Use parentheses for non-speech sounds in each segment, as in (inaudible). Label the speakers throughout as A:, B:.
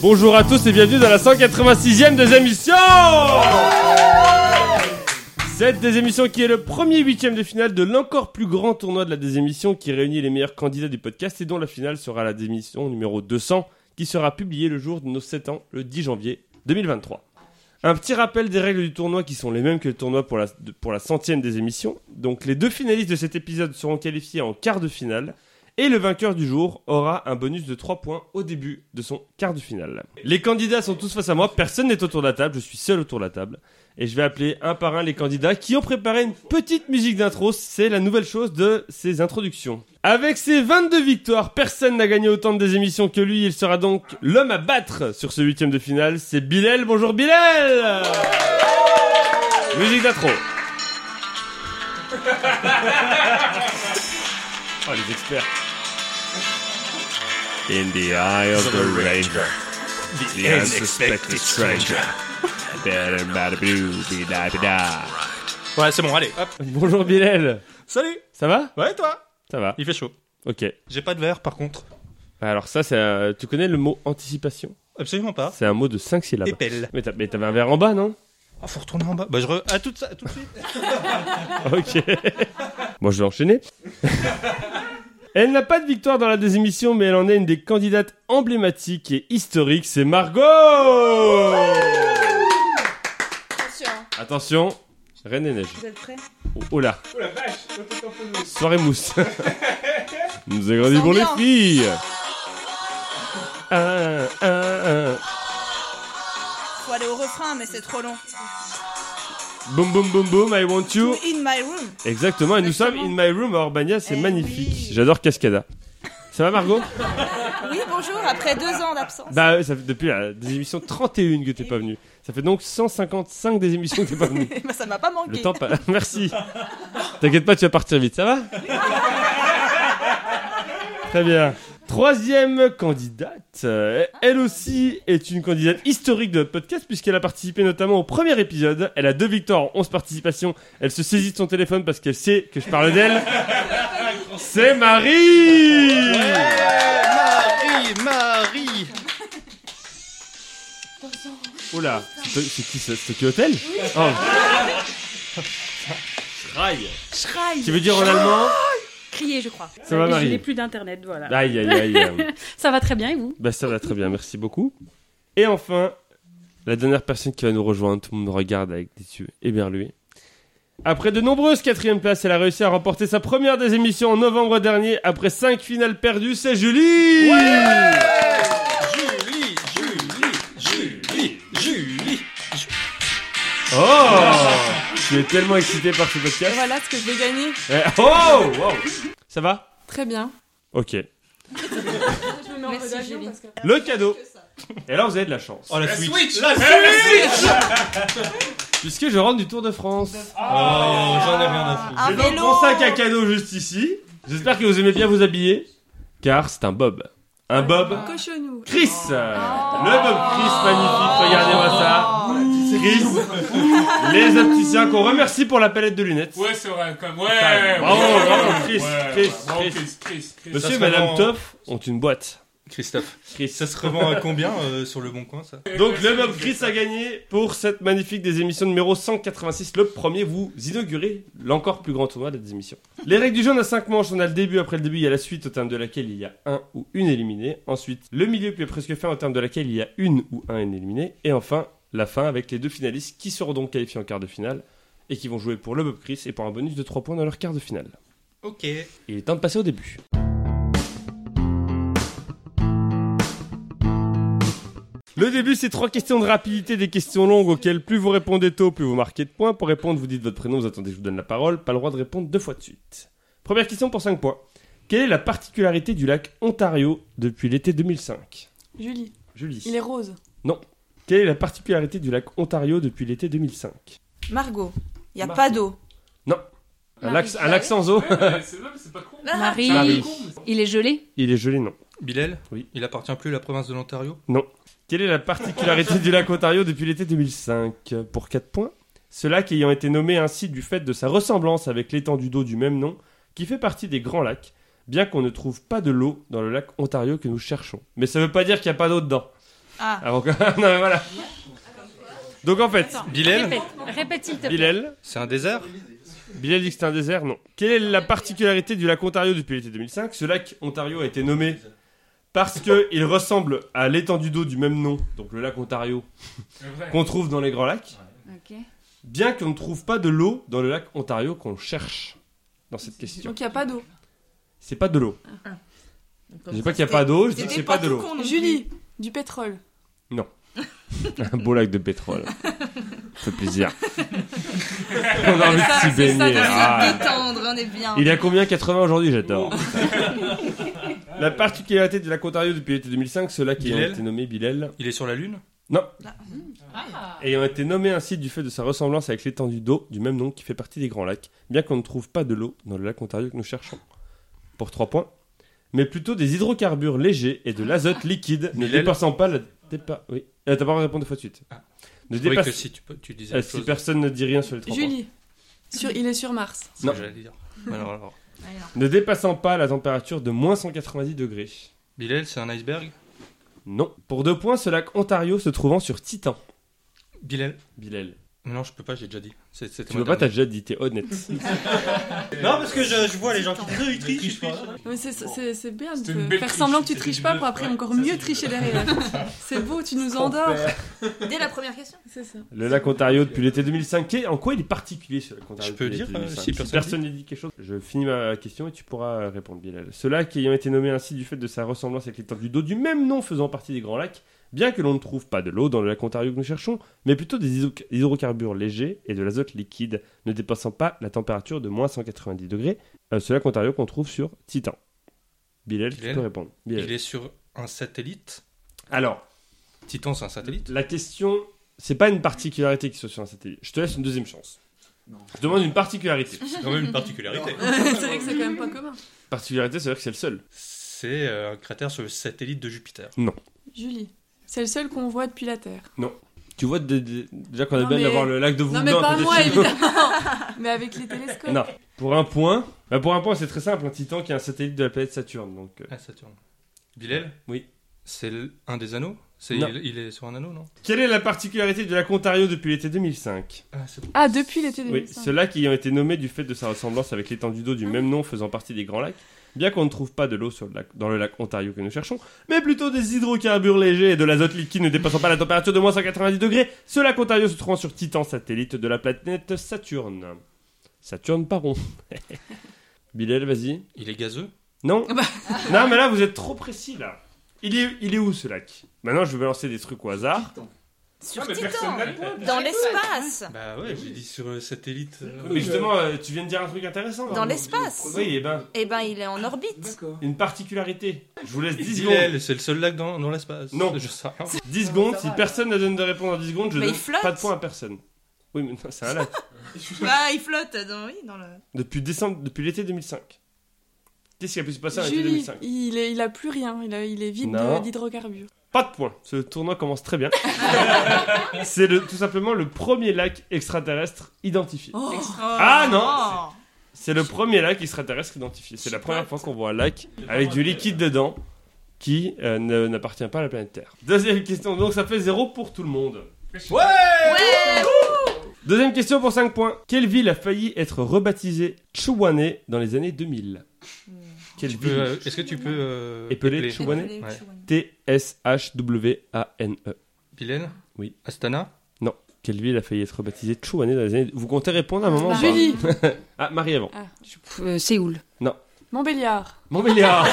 A: Bonjour à tous et bienvenue dans la 186e des émissions Cette des émissions qui est le premier huitième de finale de l'encore plus grand tournoi de la désémission qui réunit les meilleurs candidats du podcast et dont la finale sera la démission numéro 200 qui sera publiée le jour de nos 7 ans, le 10 janvier 2023. Un petit rappel des règles du tournoi qui sont les mêmes que le tournoi pour la, de- pour la centième des émissions. Donc les deux finalistes de cet épisode seront qualifiés en quart de finale et le vainqueur du jour aura un bonus de 3 points au début de son quart de finale. Les candidats sont tous face à moi, personne n'est autour de la table, je suis seul autour de la table. Et je vais appeler un par un les candidats qui ont préparé une petite musique d'intro, c'est la nouvelle chose de ces introductions. Avec ses 22 victoires, personne n'a gagné autant de des émissions que lui, il sera donc l'homme à battre sur ce huitième de finale, c'est Bilal, bonjour Bilal Musique d'intro. (laughs) Oh les experts
B: In the eye of the ranger, the unsuspected stranger. Better badaboo, bidabida.
C: Ouais, c'est bon, allez. Hop.
A: Bonjour Bilal
C: Salut
A: Ça va
C: Ouais, toi
A: Ça va.
C: Il fait chaud.
A: Ok.
C: J'ai pas de verre, par contre.
A: Bah Alors ça, c'est, euh, tu connais le mot anticipation
C: Absolument pas.
A: C'est un mot de 5
C: Ah
A: syllabes.
C: Épelle.
A: Mais t'as- mais t'avais un verre en bas, non
C: Ah, faut retourner en bas. Bah, je re... À tout, ça, tout de (laughs) suite.
A: (laughs) Ok. (laughs) bon, je vais enchaîner. (laughs) Elle n'a pas de victoire dans la désémission, mais elle en est une des candidates emblématiques et historiques, c'est Margot
D: Attention, hein.
A: Attention, Reine des Neiges.
D: vous êtes prêts
A: Oh, oh là Soirée mousse Nous agrandissons les
D: Ambiance.
A: filles Ah, ah, ah.
D: Faut aller au refrain, mais c'est trop long.
A: Boum boum boum boum, I want you
D: In my room.
A: Exactement, et nous sommes
D: Exactement.
A: in my room à Urbania, c'est
D: Eh
A: magnifique.
D: oui.
A: J'adore Cascada. Ça va Margot
D: Oui, bonjour, après deux ans d'absence.
A: Bah ouais, ça fait depuis la des émissions 31 que t'es pas venu. Ça fait donc 155 des émissions que t'es pas venu.
D: (laughs) Eh ben, ça m'a pas manqué.
A: Le temps passe. (laughs) Merci. T'inquiète pas, tu vas partir vite, ça va Très bien. Troisième candidate, euh, elle aussi est une candidate historique de notre podcast puisqu'elle a participé notamment au premier épisode. Elle a deux victoires en 11 participations. Elle se saisit de son téléphone parce qu'elle sait que je parle d'elle. C'est Marie
C: Marie, Marie
A: Oula, c'est c'est qui ce, c'est qui hôtel oh. Schrei.
E: Schrei
A: Qui veut dire en allemand
E: Crier, je crois.
A: Ça va,
E: Et
A: Marie
E: Je n'ai plus d'internet, voilà.
A: Aïe aïe aïe. euh,
E: Ça va très bien, et vous
A: bah ça va très bien, merci beaucoup. Et enfin, la dernière personne qui va nous rejoindre, tout le monde regarde avec des yeux éberlués. Après de nombreuses quatrièmes places, elle a réussi à remporter sa première des émissions en novembre dernier. Après cinq finales perdues, c'est Julie
C: Julie, Julie, Julie, Julie
A: Oh Je suis tellement excité par ce podcast.
D: Voilà ce que je vais gagner.
A: Eh, Oh wow. Ça va
D: Très bien.
A: Ok.
E: Je me mets en
D: Merci, Julie.
A: Le cadeau Et là, vous avez de la chance.
C: Oh, la, Switch, La
A: Puisque je rentre du Tour de France.
C: Oh, j'en ai rien à foutre.
D: Un
A: J'ai donc
D: vélo.
A: mon sac à cadeau juste ici. J'espère que vous aimez bien vous habiller. Car c'est un bob. Un bob.
E: Cochonou
A: Chris Le bob Chris magnifique, regardez-moi ça. Chris, les opticiens qu'on remercie pour la palette de lunettes.
F: Ouais, c'est vrai, quand même. Ouais,
A: Calme.
F: ouais,
A: Bravo,
F: ouais,
A: bravo,
F: ouais,
A: Chris,
F: ouais,
A: Chris,
F: bravo,
A: Chris.
F: Chris, Chris, Chris.
A: Monsieur et
C: se
A: Madame
C: revend.
A: Toff ont une boîte.
C: Ah. Christophe,
A: Chris.
C: ça se revend à combien euh, sur le bon coin, ça
A: Donc le Bob Chris a gagné pour cette magnifique des émissions numéro 186, le premier, vous inaugurez l'encore plus grand tournoi de la désémission. Les règles du jeu, on a 5 manches, on a le début, après le début, il y a la suite au terme de laquelle il y a un ou une éliminée, ensuite le milieu puis la presque fin au terme de laquelle il y a une ou un éliminé, et enfin la fin avec les deux finalistes qui seront donc qualifiés en quart de finale et qui vont jouer pour le Bob Chris et pour un bonus de 3 points dans leur quart de finale.
C: Ok.
A: Il est temps de passer au début. Le début, c'est trois questions de rapidité, des questions longues auxquelles plus vous répondez tôt, plus vous marquez de points. Pour répondre, vous dites votre prénom, vous attendez, que je vous donne la parole. Pas le droit de répondre deux fois de suite. Première question pour 5 points. Quelle est la particularité du lac Ontario depuis l'été 2005
G: Julie,
A: Julie.
G: il est rose.
A: Quelle est la particularité du lac Ontario depuis l'été 2005
D: Margot, y a
A: Margot.
D: pas d'eau.
A: un
E: Marie.
A: lac, un lac sans eau
F: Ouais, mais c'est non, mais c'est pas
D: Ah,
F: con.
E: Marie,
A: Marie.
E: il est gelé
A: Il est gelé, non.
C: Bilal
A: Oui.
C: Il appartient plus à la province de l'Ontario
A: Quelle est la particularité du lac Ontario depuis l'été 2005 Pour 4 points, ce lac ayant été nommé ainsi du fait de sa ressemblance avec l'étendue d'eau du même nom, qui fait partie des grands lacs, bien qu'on ne trouve pas de l'eau dans le lac Ontario que nous cherchons. Mais ça veut pas dire qu'il n'y a pas d'eau dedans.
D: Ah.
A: Avant que... (laughs) non, mais voilà. Donc en fait,
E: Attends.
C: Bilal
E: Répète, répète s'il te plaît.
A: Bilal,
C: C'est un désert
A: Bilal dit que c'est un désert, non. Quelle est la particularité du lac Ontario depuis l'été 2005 Ce lac Ontario a été nommé parce qu'il ressemble à l'étendue d'eau du même nom, donc le lac Ontario,
F: C'est vrai.
A: qu'on trouve dans les grands lacs.
E: Ok.
A: Bien qu'on ne trouve pas de l'eau dans le lac Ontario qu'on cherche dans cette question.
G: Donc il n'y a pas d'eau.
A: C'est pas de l'eau.
F: Ah.
A: Je dis pas qu'il n'y a pas d'eau, je dis que c'est pas de l'eau.
G: Julie, du pétrole.
A: Un beau lac de pétrole. Ça fait plaisir. On a envie
D: Ça,
A: de s'y
D: c'est ça,
A: baigner.
D: de
A: Ah.
D: se détendre, on est bien.
A: Il est à combien 80 aujourd'hui, j'adore. (laughs) la particularité de la Ontario depuis l'été 2005, ceux-là qui ont
C: Bilal.
A: été nommés Bilal,
C: Il est sur la lune
A: ayant été nommés ainsi du fait de sa ressemblance avec l'étendue d'eau du même nom qui fait partie des grands lacs, bien qu'on ne trouve pas de l'eau dans le lac Ontario que nous cherchons. Pour 3 points, mais plutôt des hydrocarbures légers et de l'azote liquide ne
C: Bilal.
A: dépassant pas la dépa... Oui, Euh, t'as pas répondu de fois de suite.
C: Ah.
A: Ne
C: Je croyais que
A: dépasse...
C: si tu, peux- tu disais
A: Ah,
C: autre
A: si
C: chose.
A: personne ne dit rien sur les trois points.
G: Julie, sur, il est sur Mars.
C: C'est ce que
A: Non.
C: j'allais dire. Alors, alors.
A: Ne dépassant pas la température de moins 190 degrés.
C: Bilal, c'est un iceberg
A: Non. Pour deux points, ce lac Ontario se trouvant sur Titan.
C: Bilal
A: Bilal.
C: Non, je peux pas, j'ai déjà dit. C'est- c'était
A: Tu
C: mon
A: peux pas, t'as déjà
C: dernier.
A: dit, t'es honnête.
H: Non, parce que je, je vois les gens qui trichent, ils trichent. ils trichent.
G: Non, mais c'est- c'est c'est bien de
F: C'était une belle
G: faire
F: triche,
G: semblant que tu
F: c'était
G: triches
F: du
G: pas
F: bluff,
G: pour après
F: ouais.
G: encore
F: Ça,
G: mieux
F: c'est du
G: tricher derrière. (laughs) c'est beau, tu nous endors.
D: Dès la première question.
G: C'est ça.
A: Le lac Ontario depuis l'été 2005. Qu'est- En quoi il est particulier ce lac Ontario
C: Je peux
A: depuis
C: dire,
A: l'été
C: euh,
A: 2005?
C: si
A: si
C: personne
A: personne ne dit quelque chose, je finis ma question et tu pourras euh, répondre, Bilal. Ce lac ayant été nommé ainsi du fait de sa ressemblance avec l'étendue d'eau du même nom faisant partie des grands lacs, bien que l'on ne trouve pas de l'eau dans le lac Ontario que nous cherchons, mais plutôt des iso- hydrocarbures légers et de l'azote liquide, ne dépassant pas la température de moins 190 degrés, euh, ce lac Ontario qu'on trouve sur Titan. Bilal, tu
C: Bilal.
A: peux répondre. Bilal.
C: Il est sur un satellite.
A: Alors,
C: Titan, c'est un satellite
A: la question, c'est pas une particularité qui soit sur un satellite. Je te laisse une deuxième chance. Je demande une particularité.
C: C'est quand même une particularité.
G: c'est vrai que c'est quand même pas commun.
A: particularité, ça veut dire que c'est le seul.
C: C'est euh, un cratère sur le satellite de Jupiter.
G: Julie, c'est le seul qu'on voit depuis la Terre.
A: Tu vois dé- dé- déjà qu'on est
G: Non,
A: bien
G: mais-
A: d'avoir le lac de vous
G: non, mais pas moi, évidemment.
A: (laughs)
G: mais avec les télescopes.
A: Non, pour un point, bah pour un point, c'est très simple. Un Titan qui est un satellite de la planète Saturne. Donc, euh,
C: Ah, Saturne. Bilal
A: Oui.
C: C'est l- un des anneaux C'est-
A: Non.
C: il, il est sur un anneau, non
A: quelle est la particularité du lac Ontario depuis l'été 2005
C: Ah, c'est bon.
G: Ah, depuis l'été
A: Oui,
G: 2005.
A: ceux-là qui ont été nommés du fait de sa ressemblance avec l'étendue d'eau du
D: Ah.
A: même nom faisant partie des grands lacs, bien qu'on ne trouve pas de l'eau sur le lac- dans le lac Ontario que nous cherchons, mais plutôt des hydrocarbures légers et de l'azote liquide ne dépassant pas la température de moins 190 degrés, ce lac Ontario se trouvant sur Titan, satellite de la planète Saturne. Saturne par rond. (laughs) Bilal, vas-y.
C: Il est gazeux
A: Non
D: Ah bah.
A: Non, mais là, vous êtes trop précis, là. Il est, il est où, ce lac Maintenant, je vais lancer des trucs au hasard.
D: Sur
F: Ah, mais personne
D: Titan,
F: n'a le point.
D: dans l'espace.
C: Bah ouais, j'ai dit sur le satellite.
A: Mais justement, euh, tu viens de dire un truc intéressant.
D: Dans l'espace.
A: Oui, eh ben,
D: Eh ben, il est en orbite.
A: une particularité. Je vous laisse 10 secondes.
C: Bilal, c'est le seul lac dans, dans l'espace.
A: Non.
C: Je sais rien.
A: 10 secondes, si personne ne donne de réponse en 10 secondes, je
D: Mais
A: donne
D: il flotte.
A: pas de points à personne. Oui, mais non, c'est un
D: (laughs)
A: lac.
D: Bah, il flotte dans, oui, dans le.
A: depuis décembre, depuis l'été 2005. Qu'est-ce qui a pu se passer en été
G: Julie,
A: 2005
G: il, est- il a plus rien, il, a- il est vide
A: Non.
G: de- d'hydrocarbures.
A: Pas de points. Ce tournoi commence très
D: (laughs)
A: bien. c'est le- tout simplement le premier lac extraterrestre identifié.
G: Oh,
A: Ah, non. C'est le premier lac extraterrestre identifié. C'est la première fois qu'on voit un lac avec du liquide dedans qui euh, ne- n'appartient pas à la planète Terre. Deuxième question, donc ça fait zéro pour tout le monde.
D: Ouais.
A: Deuxième question pour 5 points. Quelle ville a failli être rebaptisée Chouane dans les années 2000
G: Hmm.
A: Quelle
C: Tu peux,
A: ville
C: euh, Est-ce que tu peux. euh,
A: Épeler
C: épeler
A: Chou- Chouanet
D: Épeler
C: Ouais.
D: Chouanet.
A: T-S-H-W-A-N-E.
C: Bilal
A: Oui.
C: Astana
A: E. Quelle ville a failli être rebaptisée Chouane dans les années... Vous comptez répondre à un moment ou pas
G: Bah, Julie,
A: (laughs) Ah, Marie avant.
E: Je- pff, euh, Séoul.
G: Montbéliard. (laughs)
A: Montbéliard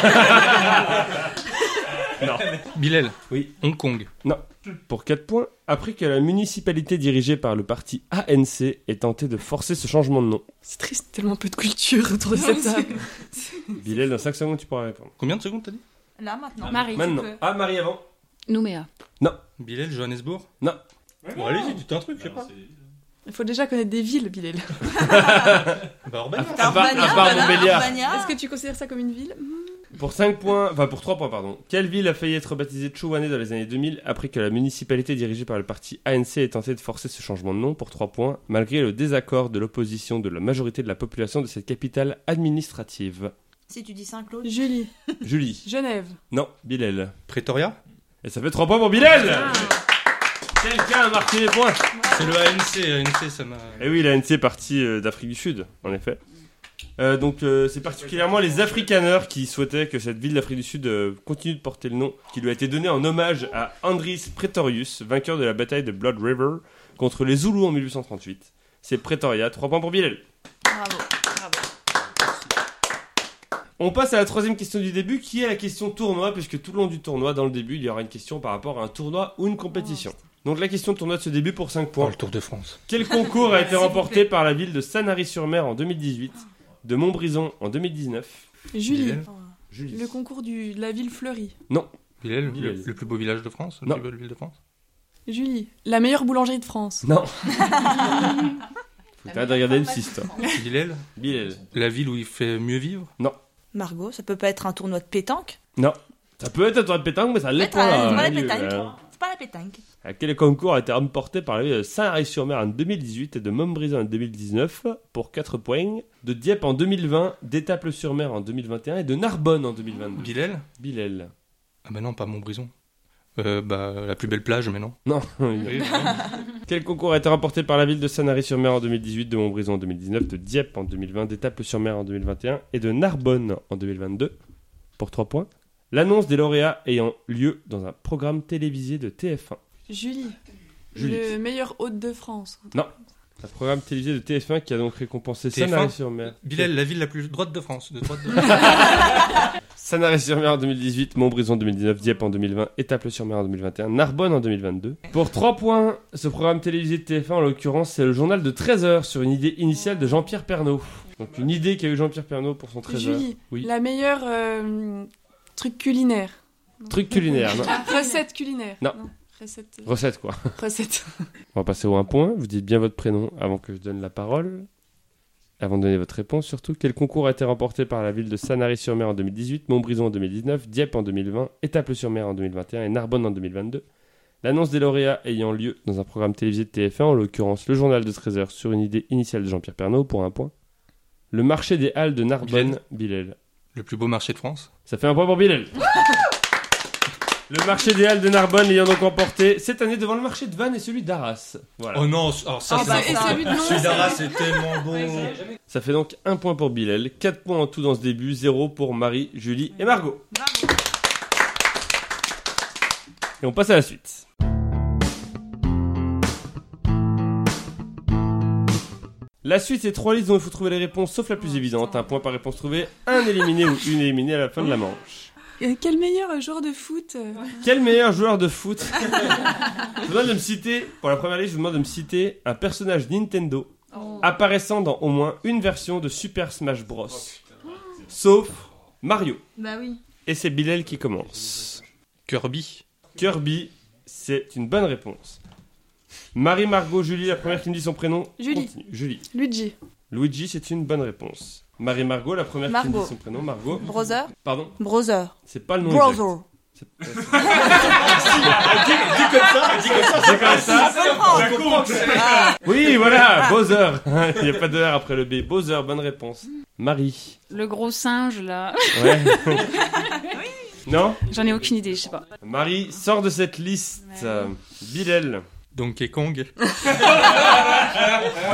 C: Bilal
A: Oui.
C: Hong Kong.
A: Pour 4 points, après que la municipalité dirigée par le parti ANC ait tenté de forcer ce changement
G: (laughs)
A: de nom.
G: C'est triste, tellement peu de culture autour de cette table.
A: Bilal, dans 5 secondes, tu pourras répondre.
C: Combien de secondes t'as dit
D: Là maintenant.
E: Marie.
A: Maintenant.
G: peux.
A: Ah, Marie avant.
E: Nouméa.
C: Bilal, Johannesburg
A: Non.
C: Bon, allez-y, dites un truc, je sais pas.
G: Il faut déjà connaître des villes, Bilal.
C: Bah, Orban.
A: À part- à part Montbéliard.
G: Est-ce que tu considères ça comme une ville
A: Pour 5 points, enfin pour 3 points, pardon. Quelle ville a failli être baptisée Chouané dans les années 2000 après que la municipalité dirigée par le parti ANC ait tenté de forcer ce changement de nom pour 3 points, malgré le désaccord de l'opposition de la majorité de la population de cette capitale administrative
D: Si tu dis Saint-Claude.
G: Julie,
A: Julie.
G: Genève.
A: Non, Bilal.
C: Pretoria
A: Et ça fait 3 points pour Bilal Quelqu'un a marqué les points
C: C'est le ANC, ANC ça m'a...
A: Et Eh oui, l'ANC est partie euh, d'Afrique du Sud, en effet. Euh, donc euh, c'est particulièrement les Afrikaners qui souhaitaient que cette ville d'Afrique du Sud euh, continue de porter le nom qui lui a été donné en hommage à Andris Pretorius, vainqueur de la bataille de Blood River contre les Zoulous en 1838. C'est Pretoria, 3 points pour Bilal.
D: Bravo, bravo.
A: On passe à la troisième question du début qui est la question tournoi puisque tout le long du tournoi, dans le début, il y aura une question par rapport à un tournoi ou une compétition. Donc la question tournoi de ce début pour 5 points.
C: le Tour de France.
A: Quel concours a été
E: S'il vous
A: remporté par la ville de Sanary-sur-Mer en 2018, de Montbrison en 2019
G: Julie,
C: Bilal.
A: Julie.
G: le concours du, de la ville fleurie.
C: Bilal, le,
A: Bilal.
C: le plus beau village de France
A: Non.
C: Le plus belle ville de France
G: Julie, la meilleure boulangerie de France.
A: Non. Faut arrêter de regarder le système.
C: Bilal,
A: Bilal.
C: la ville où il fait mieux vivre
D: Margot, ça peut pas être un tournoi de pétanque
A: Ça peut être un tournoi de pétanque, mais ça l'est
D: Peut-être un
A: pas.
D: tournoi
A: euh,
D: de
A: milieu,
D: pétanque.
A: euh.
D: C'est pas la pétanque.
A: À Quel concours a été remporté par la ville de Saint-Harry-sur-Mer en 2018 et de Montbrison en 2019 pour 4 points, de Dieppe en 2020, d'Étaples-sur-Mer en 2021 et de Narbonne en 2022
C: Bilal
A: Bilal.
C: Ah bah non, pas Montbrison. Euh, bah, la plus belle plage, mais non.
A: Non. Quel concours a été remporté par la ville de Sanary-sur-Mer en 2018, de Montbrison en 2019, de Dieppe en 2020, d'Étaples-sur-Mer en 2021 et de Narbonne en 2022 pour 3 points L'annonce des lauréats ayant lieu dans un programme télévisé de TF1.
G: Julie,
A: Julie.
G: le meilleur hôte de France.
A: Un programme télévisé de TF1 qui a donc récompensé
C: TF1.
A: Sanary-sur-Mer.
C: (laughs) Bilal, la ville la plus droite de France. De droite de...
H: (laughs)
A: Sanary-sur-Mer en 2018, Montbrison en 2019, Dieppe en 2020, Étaples-sur-Mer en 2021, Narbonne en 2022. Pour 3 points, ce programme télévisé de TF1 en l'occurrence, c'est le journal de 13h sur une idée initiale de Jean-Pierre Pernaud. Donc une idée qu'a eu Jean-Pierre Pernaud pour son 13h.
G: Julie,
A: oui.
G: la meilleure euh, truc (laughs) culinaire.
A: Truc culinaire, non
G: Recette culinaire.
A: Non.
G: Recette.
A: Recette quoi.
G: (laughs) Recette.
A: On va passer au 1 point, vous dites bien votre prénom avant que je donne la parole. Avant de donner votre réponse, surtout, quel concours a été remporté par la ville de Sanary-sur-Mer en 2018, Montbrison en 2019, Dieppe en 2020, Étaples-sur-Mer en 2021 et Narbonne en 2022 L'annonce des lauréats ayant lieu dans un programme télévisé de TF1, en l'occurrence le journal de 13h sur une idée initiale de Jean-Pierre Pernaud pour un point. Le marché des halles de Narbonne, Bilel.
C: Le plus beau marché de France
A: Ça fait un point pour Bilel. Le marché des halles de Narbonne ayant donc remporté cette année devant le marché de Vannes et celui d'Arras. Voilà.
H: Oh non, alors ça,
D: Ah
H: c'est
D: bah,
H: n'importe
D: et
H: quoi.
G: celui de Londres,
H: Celui d'Arras,
G: c'est-
H: c'est tellement bon.
A: Ça fait donc un point pour Bilal, 4 points en tout dans ce début, 0 pour Marie, Julie et Margot.
D: Bravo.
A: Et on passe à la suite. La suite, c'est trois listes dont il faut trouver les réponses, sauf la plus évidente. Un point par réponse trouvée, un éliminé ou une éliminée à la fin de la manche.
G: Euh, Quel meilleur joueur de foot euh,
A: Quel meilleur joueur de foot (laughs) Je vous demande de me citer, pour la première liste, je vous demande de me citer un personnage Nintendo apparaissant dans au moins une version de Super Smash Bros. Sauf Mario.
E: Bah oui.
A: Et c'est Bilal qui commence.
C: Kirby.
A: Kirby, c'est une bonne réponse. Marie, Margot, Julie, la première qui me dit son prénom.
G: Julie.
A: continue. Julie.
G: Luigi.
A: Luigi, c'est une bonne réponse. Marie, Margot, la première qui me
D: Margot.
A: dit son prénom. Margot.
D: Brother
A: Pardon,
D: Brother.
A: c'est pas le nom. exact.
D: Brother.
A: (laughs) C'est comme
D: Ah,
A: ça.
D: Comprends.
A: Oui, voilà, Bowser. (laughs) Il n'y a pas de R après le B. Bowser, bonne réponse. Marie.
E: Le gros singe, là. (laughs)
A: Ouais. Non
E: J'en ai aucune idée, je sais pas.
A: Marie sort de cette liste. Euh, Bilal.
C: Donkey Kong.
A: Donkey Kong.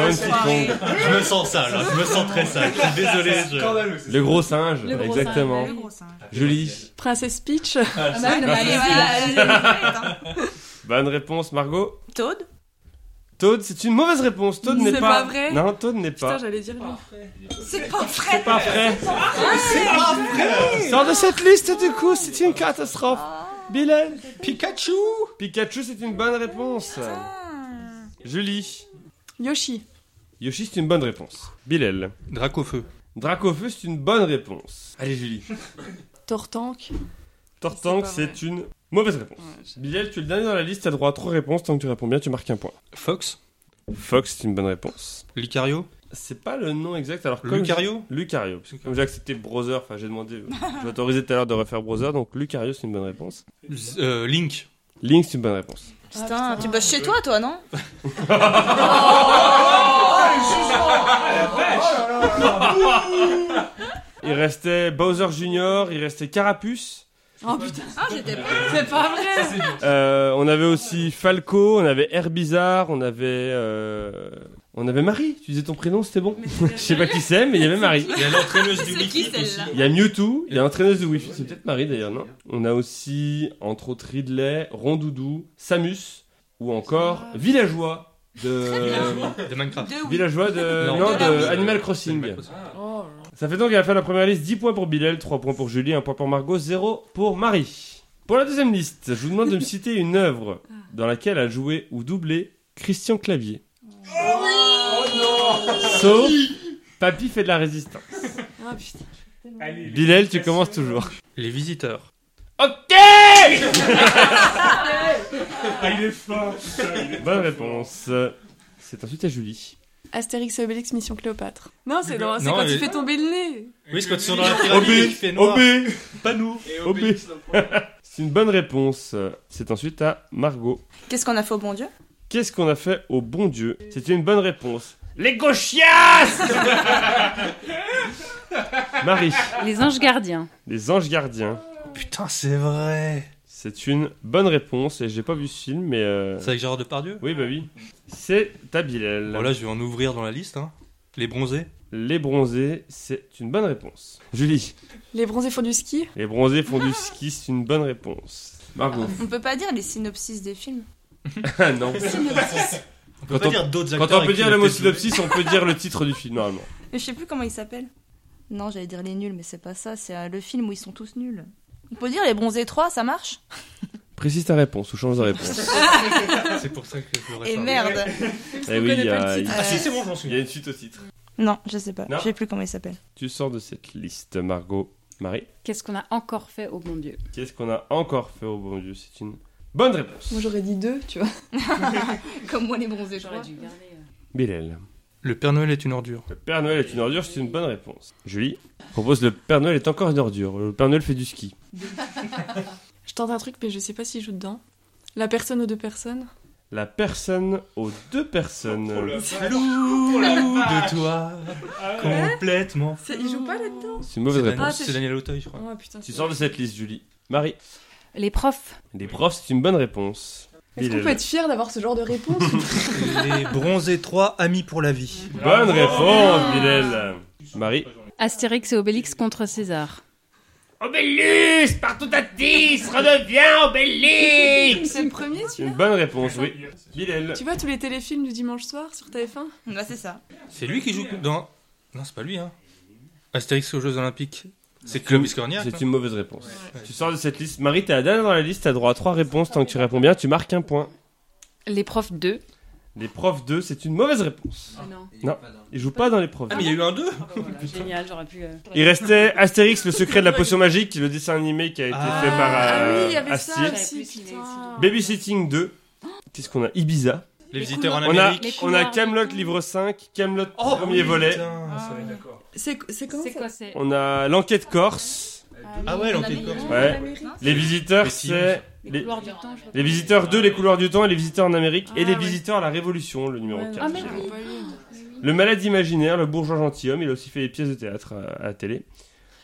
H: Je me sens sale, hein, je me sens très sale. Je suis désolé. je-
F: Scandaleux, c'est
A: Le gros singe.
E: Le gros
A: exactement.
E: singe,
A: Ah, Julie.
G: Princesse Peach.
E: Ah bah oui, non, mais
D: Allez, voilà, allez, allez, allez.
A: Bonne réponse, Margot.
D: (laughs) Toad
A: Toad, c'est une mauvaise réponse. Toad
G: C'est
A: n'est
G: pas vrai
A: Non, Toad n'est pas.
G: Putain, j'allais dire lui.
D: C'est pas vrai.
A: Pas vrai. Sors de cette liste du coup, c'est une catastrophe. Bilal. Pikachu. Pikachu, c'est une bonne réponse. Julie.
G: Yoshi.
A: Yoshi, c'est une bonne réponse. Bilal.
C: Dracofeu.
A: Dracofeu, c'est une bonne réponse. Allez, Julie.
G: Tortank.
A: Tortank,
G: C'est pas
A: c'est une mauvaise réponse. Bilal, tu es le dernier dans la liste, t'as droit à trois réponses. Tant que tu réponds bien, tu marques un point.
C: Fox.
A: Fox, c'est une bonne réponse.
C: Lucario.
A: C'est pas le nom exact, alors comme
C: Lucario
A: Lucario, parce que comme j'ai accepté Brother, enfin j'ai
G: (laughs)
A: demandé, euh, j'ai autorisé tout à l'heure de refaire Brother, donc Lucario c'est une bonne réponse.
C: Z- euh, Link.
A: Link c'est une bonne réponse.
D: Ah, Putain, tu bosses chez toi, toi, non Ah,
A: Il restait Bowser Junior, il restait Carapuce,
G: Oh putain,
D: Ah, j'étais pas.
G: c'est pas vrai.
F: C'est dur.
A: Euh, on avait aussi Falco, on avait Air Bizarre, on avait. euh, On avait Marie, tu disais ton prénom, c'était bon (laughs) Je sais pas qui c'est, mais il y avait Marie.
H: Il y a l'entraîneuse du
D: C'est qui,
H: Wiki aussi.
D: celle-là
A: Il y a Mewtwo, il y a l'entraîneuse de Wi-Fi, c'est peut-être Marie d'ailleurs, non On a aussi, entre autres, Ridley, Rondoudou, Samus, ou encore Villageois de.
C: De Minecraft.
D: Deux oui.
A: Villageois de.
C: Non,
A: Euh, Non,
D: de
A: de
D: Barbie.
A: Animal Crossing.
G: Oh,
A: Ça fait donc à la fin de la première liste 10 points pour Bilal, 3 points pour Julie, 1 point pour Margot, 0 pour Marie. Pour la deuxième liste, je vous demande de me citer une œuvre dans laquelle a joué ou doublé Christian Clavier.
F: Oh.
A: Sauf Papy fait de la résistance.
G: ah putain.
A: Bilal, tu commences toujours.
C: Les visiteurs.
A: Ok
F: Ah, il est fort. putain, il est
A: Bonne
F: fort.
A: réponse. C'est ensuite à Julie.
G: Astérix et Obélix, Mission Cléopâtre. Non, c'est
A: Ah,
G: dans- c'est
C: Non,
G: quand
C: mais-
G: il fait tomber le nez.
C: Oui, c'est quand ils sont dans la
A: Obé,
C: pyramide, il fait noir.
H: Pas nous.
A: Obé. (laughs) C'est une bonne réponse. C'est ensuite à Margot.
D: Qu'est-ce qu'on a fait au bon Dieu
A: Qu'est-ce qu'on a fait au bon Dieu C'était une bonne réponse. Les gauchias (laughs) Marie,
E: Les anges gardiens.
A: les anges gardiens.
C: Putain, c'est vrai.
A: C'est une bonne réponse et j'ai pas vu ce film, mais. euh,
C: C'est avec Gérard Depardieu
A: Oui, bah oui. C'est Tabilel.
C: Bon, là, je vais en ouvrir dans la liste. Hein. Les bronzés.
A: Les bronzés, c'est une bonne réponse. Julie,
G: Les bronzés font du ski.
A: les bronzés font du ski, c'est une bonne réponse. Margot.
D: On peut pas dire les synopsis des films.
A: Ah (laughs) non.
C: On
A: Quand
C: peut pas
A: on-
C: dire d'autres
A: Quand
C: acteurs.
A: on peut
C: avec qui
A: dire
C: il a
A: le mot
C: peut-être joué.
A: synopsis, on peut dire le titre du film normalement.
D: Mais je sais plus comment il s'appelle. Non, j'allais dire les nuls, mais c'est pas ça. C'est euh, le film où ils sont tous nuls. On peut dire les bronzés 3, ça marche
A: Précise ta réponse ou change de réponse.
C: C'est pour ça que je l'aurais
D: Et
C: pas.
D: merde
A: Eh oui, il y, a- il-
H: Ah si,
D: Euh,
H: c'est bon, je m'en
A: il y a
H: souviens.
A: une suite au titre.
D: Non, je sais pas.
A: Non.
D: Je sais plus comment il s'appelle.
A: Tu sors de cette liste, Margot. Marie
E: Qu'est-ce qu'on a encore fait au bon Dieu
A: Qu'est-ce qu'on a encore fait au bon Dieu C'est une bonne réponse.
G: Moi j'aurais dit deux, tu vois.
D: (laughs) Comme moi, les bronzés, je crois.
E: dû garder. euh,
A: Bilal.
C: Le Père Noël est une ordure.
A: Le Père Noël est une ordure, c'est une bonne réponse. Julie propose le Père Noël est encore une ordure. Le Père Noël fait du ski.
G: Je tente un truc, mais je sais pas s'il joue dedans. La personne aux deux personnes.
A: La personne aux deux personnes.
F: Oh la vache.
C: Lourd de toi,
F: Ah ouais.
C: complètement.
G: Il joue pas là-dedans.
A: C'est une mauvaise
C: C'est
A: réponse.
C: Dan-
G: Ah, c'est-
C: C'est Daniel Auteuil, je crois.
G: Oh putain.
A: Tu sors de cette liste, Julie. Marie.
E: Les profs.
A: Les profs, c'est une bonne réponse.
G: Est-ce qu'on
A: Bilal.
G: peut être fier d'avoir ce genre
A: (laughs)
G: de réponse
C: Les bronzés 3, amis pour la vie.
A: Bonne réponse, Bilal. Marie.
E: Astérix et Obélix contre César.
A: Obélix, partout à 10, redeviens Obélix
G: C'est le premier, tu
A: Une bonne réponse, oui. Bilal.
G: Tu vois tous les téléfilms du dimanche soir sur TF1
D: Bah, c'est ça.
C: C'est lui qui joue dans. Non, c'est pas lui, hein. Astérix aux Jeux Olympiques. C'est Club Iscorniac.
A: C'est une mauvaise réponse. Tu sors de cette liste. Marie, t'es la dernière dans la liste, t'as droit à trois réponses. Tant que tu réponds bien, tu marques un point.
E: Les profs 2.
A: Les profs 2, c'est une mauvaise réponse.
E: non.
A: Ils jouent pas dans les profs.
C: Ah, mais il y a eu un 2
E: bah Génial, j'aurais pu. euh,
A: Il restait Astérix, le secret de la potion magique, le dessin animé qui a été
C: Ah.
A: fait par euh,
G: Ah oui, il y avait ça
A: Astier.
E: J'avais
G: aussi,
E: plus
G: putain.
E: ciné,
A: Babysitting 2. Qu'est-ce qu'on a Ibiza.
C: Les visiteurs en
A: On a,
C: Amérique.
E: Les
A: on a
E: couloirs.
A: Camelot livre 5, Camelot
C: Oh,
A: premier
C: putain,
A: volet.
C: ça va être d'accord.
G: C'est c'est comment
E: C'est
G: ça
E: quoi c'est
A: On a l'enquête corse.
C: Ah ouais, l'enquête corse.
A: Ouais. Les visiteurs,
C: Les
A: c'est.
E: Les,
A: les-
E: couloirs du temps. je crois.
A: Les visiteurs 2, les couloirs du temps et les visiteurs en Amérique. et
G: Ah,
A: les
G: ouais.
A: visiteurs à la Révolution, le numéro
G: Ouais,
A: 4.
E: Ah, mais
G: j'avais
E: oui.
G: pas lu.
A: Le malade imaginaire, le bourgeois gentilhomme, il a aussi fait des pièces de théâtre à, à la télé.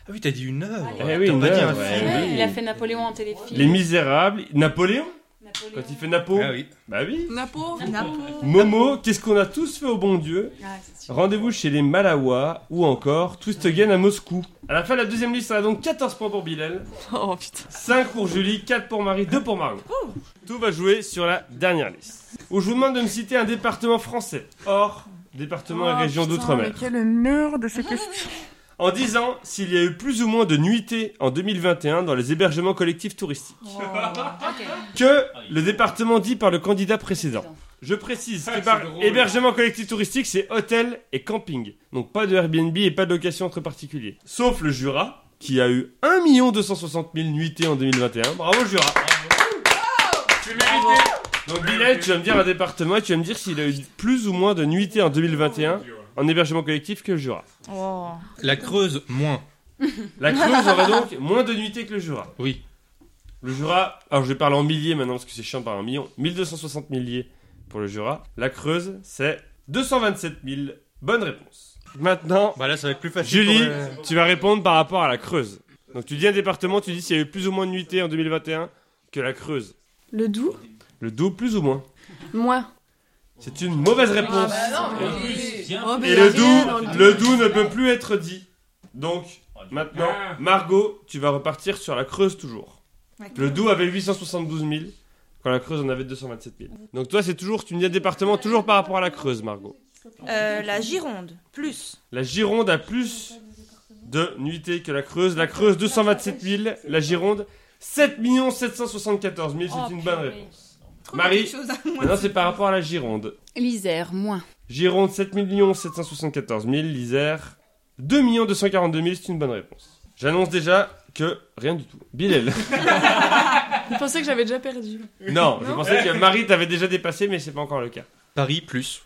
C: Ah oui, t'as dit une œuvre.
A: Eh oui,
C: T'as
A: une
C: pas dit
A: œuvre,
C: un
A: ouais.
C: film.
A: oui.
E: Il a fait Napoléon en téléfilm.
A: Les Misérables, Napoléon
E: Napoléon.
A: Quand il fait Napo
C: Ah oui.
A: Bah oui
D: Oh.
G: Napo
A: Momo, qu'est-ce qu'on a tous fait au bon Dieu
E: Ah, c'est sûr.
A: Rendez-vous chez les Malawa ou encore Twist Again à Moscou. À la fin de la deuxième liste, on a donc 14 points pour Bilal,
G: Oh putain.
A: 5 pour Julie, 4 pour Marie, 2 pour Margot.
E: Oh.
A: Tout va jouer sur la dernière liste. Où je vous demande de me citer un département français, hors département et
G: Oh,
A: région
G: putain,
A: d'outre-mer.
G: mais Quelle merde de ces questions.
A: En disant s'il y a eu plus ou moins de nuitées en 2021 dans les hébergements collectifs touristiques. Que le département dit par le candidat précédent. Je précise
F: Ah,
A: que
F: c'est
A: par
F: drôle.
A: hébergement collectif touristique, c'est hôtel et camping. Donc pas de Airbnb et pas de location entre particuliers. Sauf le Jura, qui a eu 1 260 000 nuitées en 2021. Bravo Jura
F: C'est mérité.
A: Donc Bilal, tu vas me dire un département et tu vas me dire s'il a eu plus ou moins de nuitées en 2021 en hébergement collectif que le Jura.
D: Oh.
C: La Creuse, moins.
A: La Creuse aurait donc moins de nuitées que le Jura.
C: Oui.
A: Le Jura, alors je vais parler en milliers maintenant parce que c'est chiant par un million. 1260 milliers pour le Jura. La Creuse, c'est 227 000. Bonne réponse. Maintenant,
C: Bah là, ça va être plus facile.
A: Julie,
C: pour le-
A: tu vas répondre par rapport à la Creuse. Donc tu dis un département, tu dis s'il y a eu plus ou moins de nuitées en 2021 que la Creuse.
G: Le Doubs
A: Le Doubs, plus ou moins.
G: Moins.
A: C'est une mauvaise réponse.
G: Oh, mais
A: Et
G: y a
A: le
G: rien dans
A: Doubs, le Doubs ne peut plus être dit. Donc, maintenant, Margot, tu vas repartir sur la Creuse toujours. Le Doubs avait 872 000, quand la Creuse en avait 227 000. Donc toi, c'est toujours, tu me dis un département, toujours par rapport à la Creuse, Margot.
D: Euh, la Gironde, plus.
A: La Gironde a plus de nuitées que la Creuse. La Creuse, 227 000. La Gironde, 7 774 000.
E: Oh,
G: Oh,
A: C'est une bonne réponse. Marie.
D: Quelque chose à moi.
A: Maintenant, c'est par rapport à la Gironde.
E: L'Isère, moins.
A: Gironde, 7 774 000. L'Isère, 2 242 000. C'est une bonne réponse. J'annonce déjà que rien du tout. Bilal.
G: Je pensais que j'avais déjà perdu.
A: (laughs) non, je
G: Non.
A: pensais que Marie t'avait déjà dépassé, mais c'est pas encore le cas.
C: Paris plus.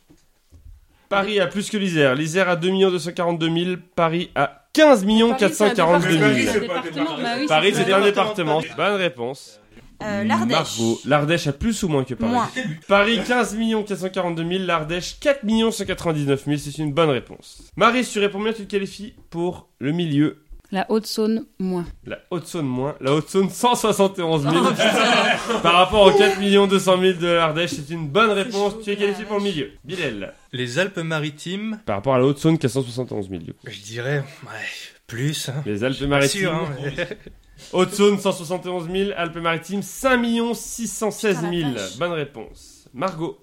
A: Paris a plus que l'Isère. L'Isère a 2 242 000. Paris a 15 442
F: département.
A: 000.
F: Mais c'est pas un département.
E: Bah oui,
A: Paris,
E: c'est
A: c'est
E: ça.
A: un département. Bonne réponse.
D: Euh, L'Ardèche.
A: Margot. L'Ardèche a plus ou moins que Paris
D: Moins.
A: Paris 15 442 000, l'Ardèche 4 199 000, c'est une bonne réponse. Marie, si tu réponds bien, tu te qualifies pour le milieu.
E: La Haute-Saône, moins.
A: La Haute-Saône moins, la Haute-Saône 171 000 (laughs) par rapport aux 4 200 000 de l'Ardèche, c'est une bonne réponse, tu es qualifié pour le milieu. Bilal.
C: Les Alpes-Maritimes,
A: Par rapport à la Haute-Saône qui a 171 000 du coup.
C: je dirais, ouais, plus. Hein.
A: Les Alpes-Maritimes.
C: Sûr, hein, mais- (laughs)
A: Haute-Saône 171 000, Alpes-Maritimes 5 616 000.
G: Putain, la vache.
A: Bonne réponse. Margot.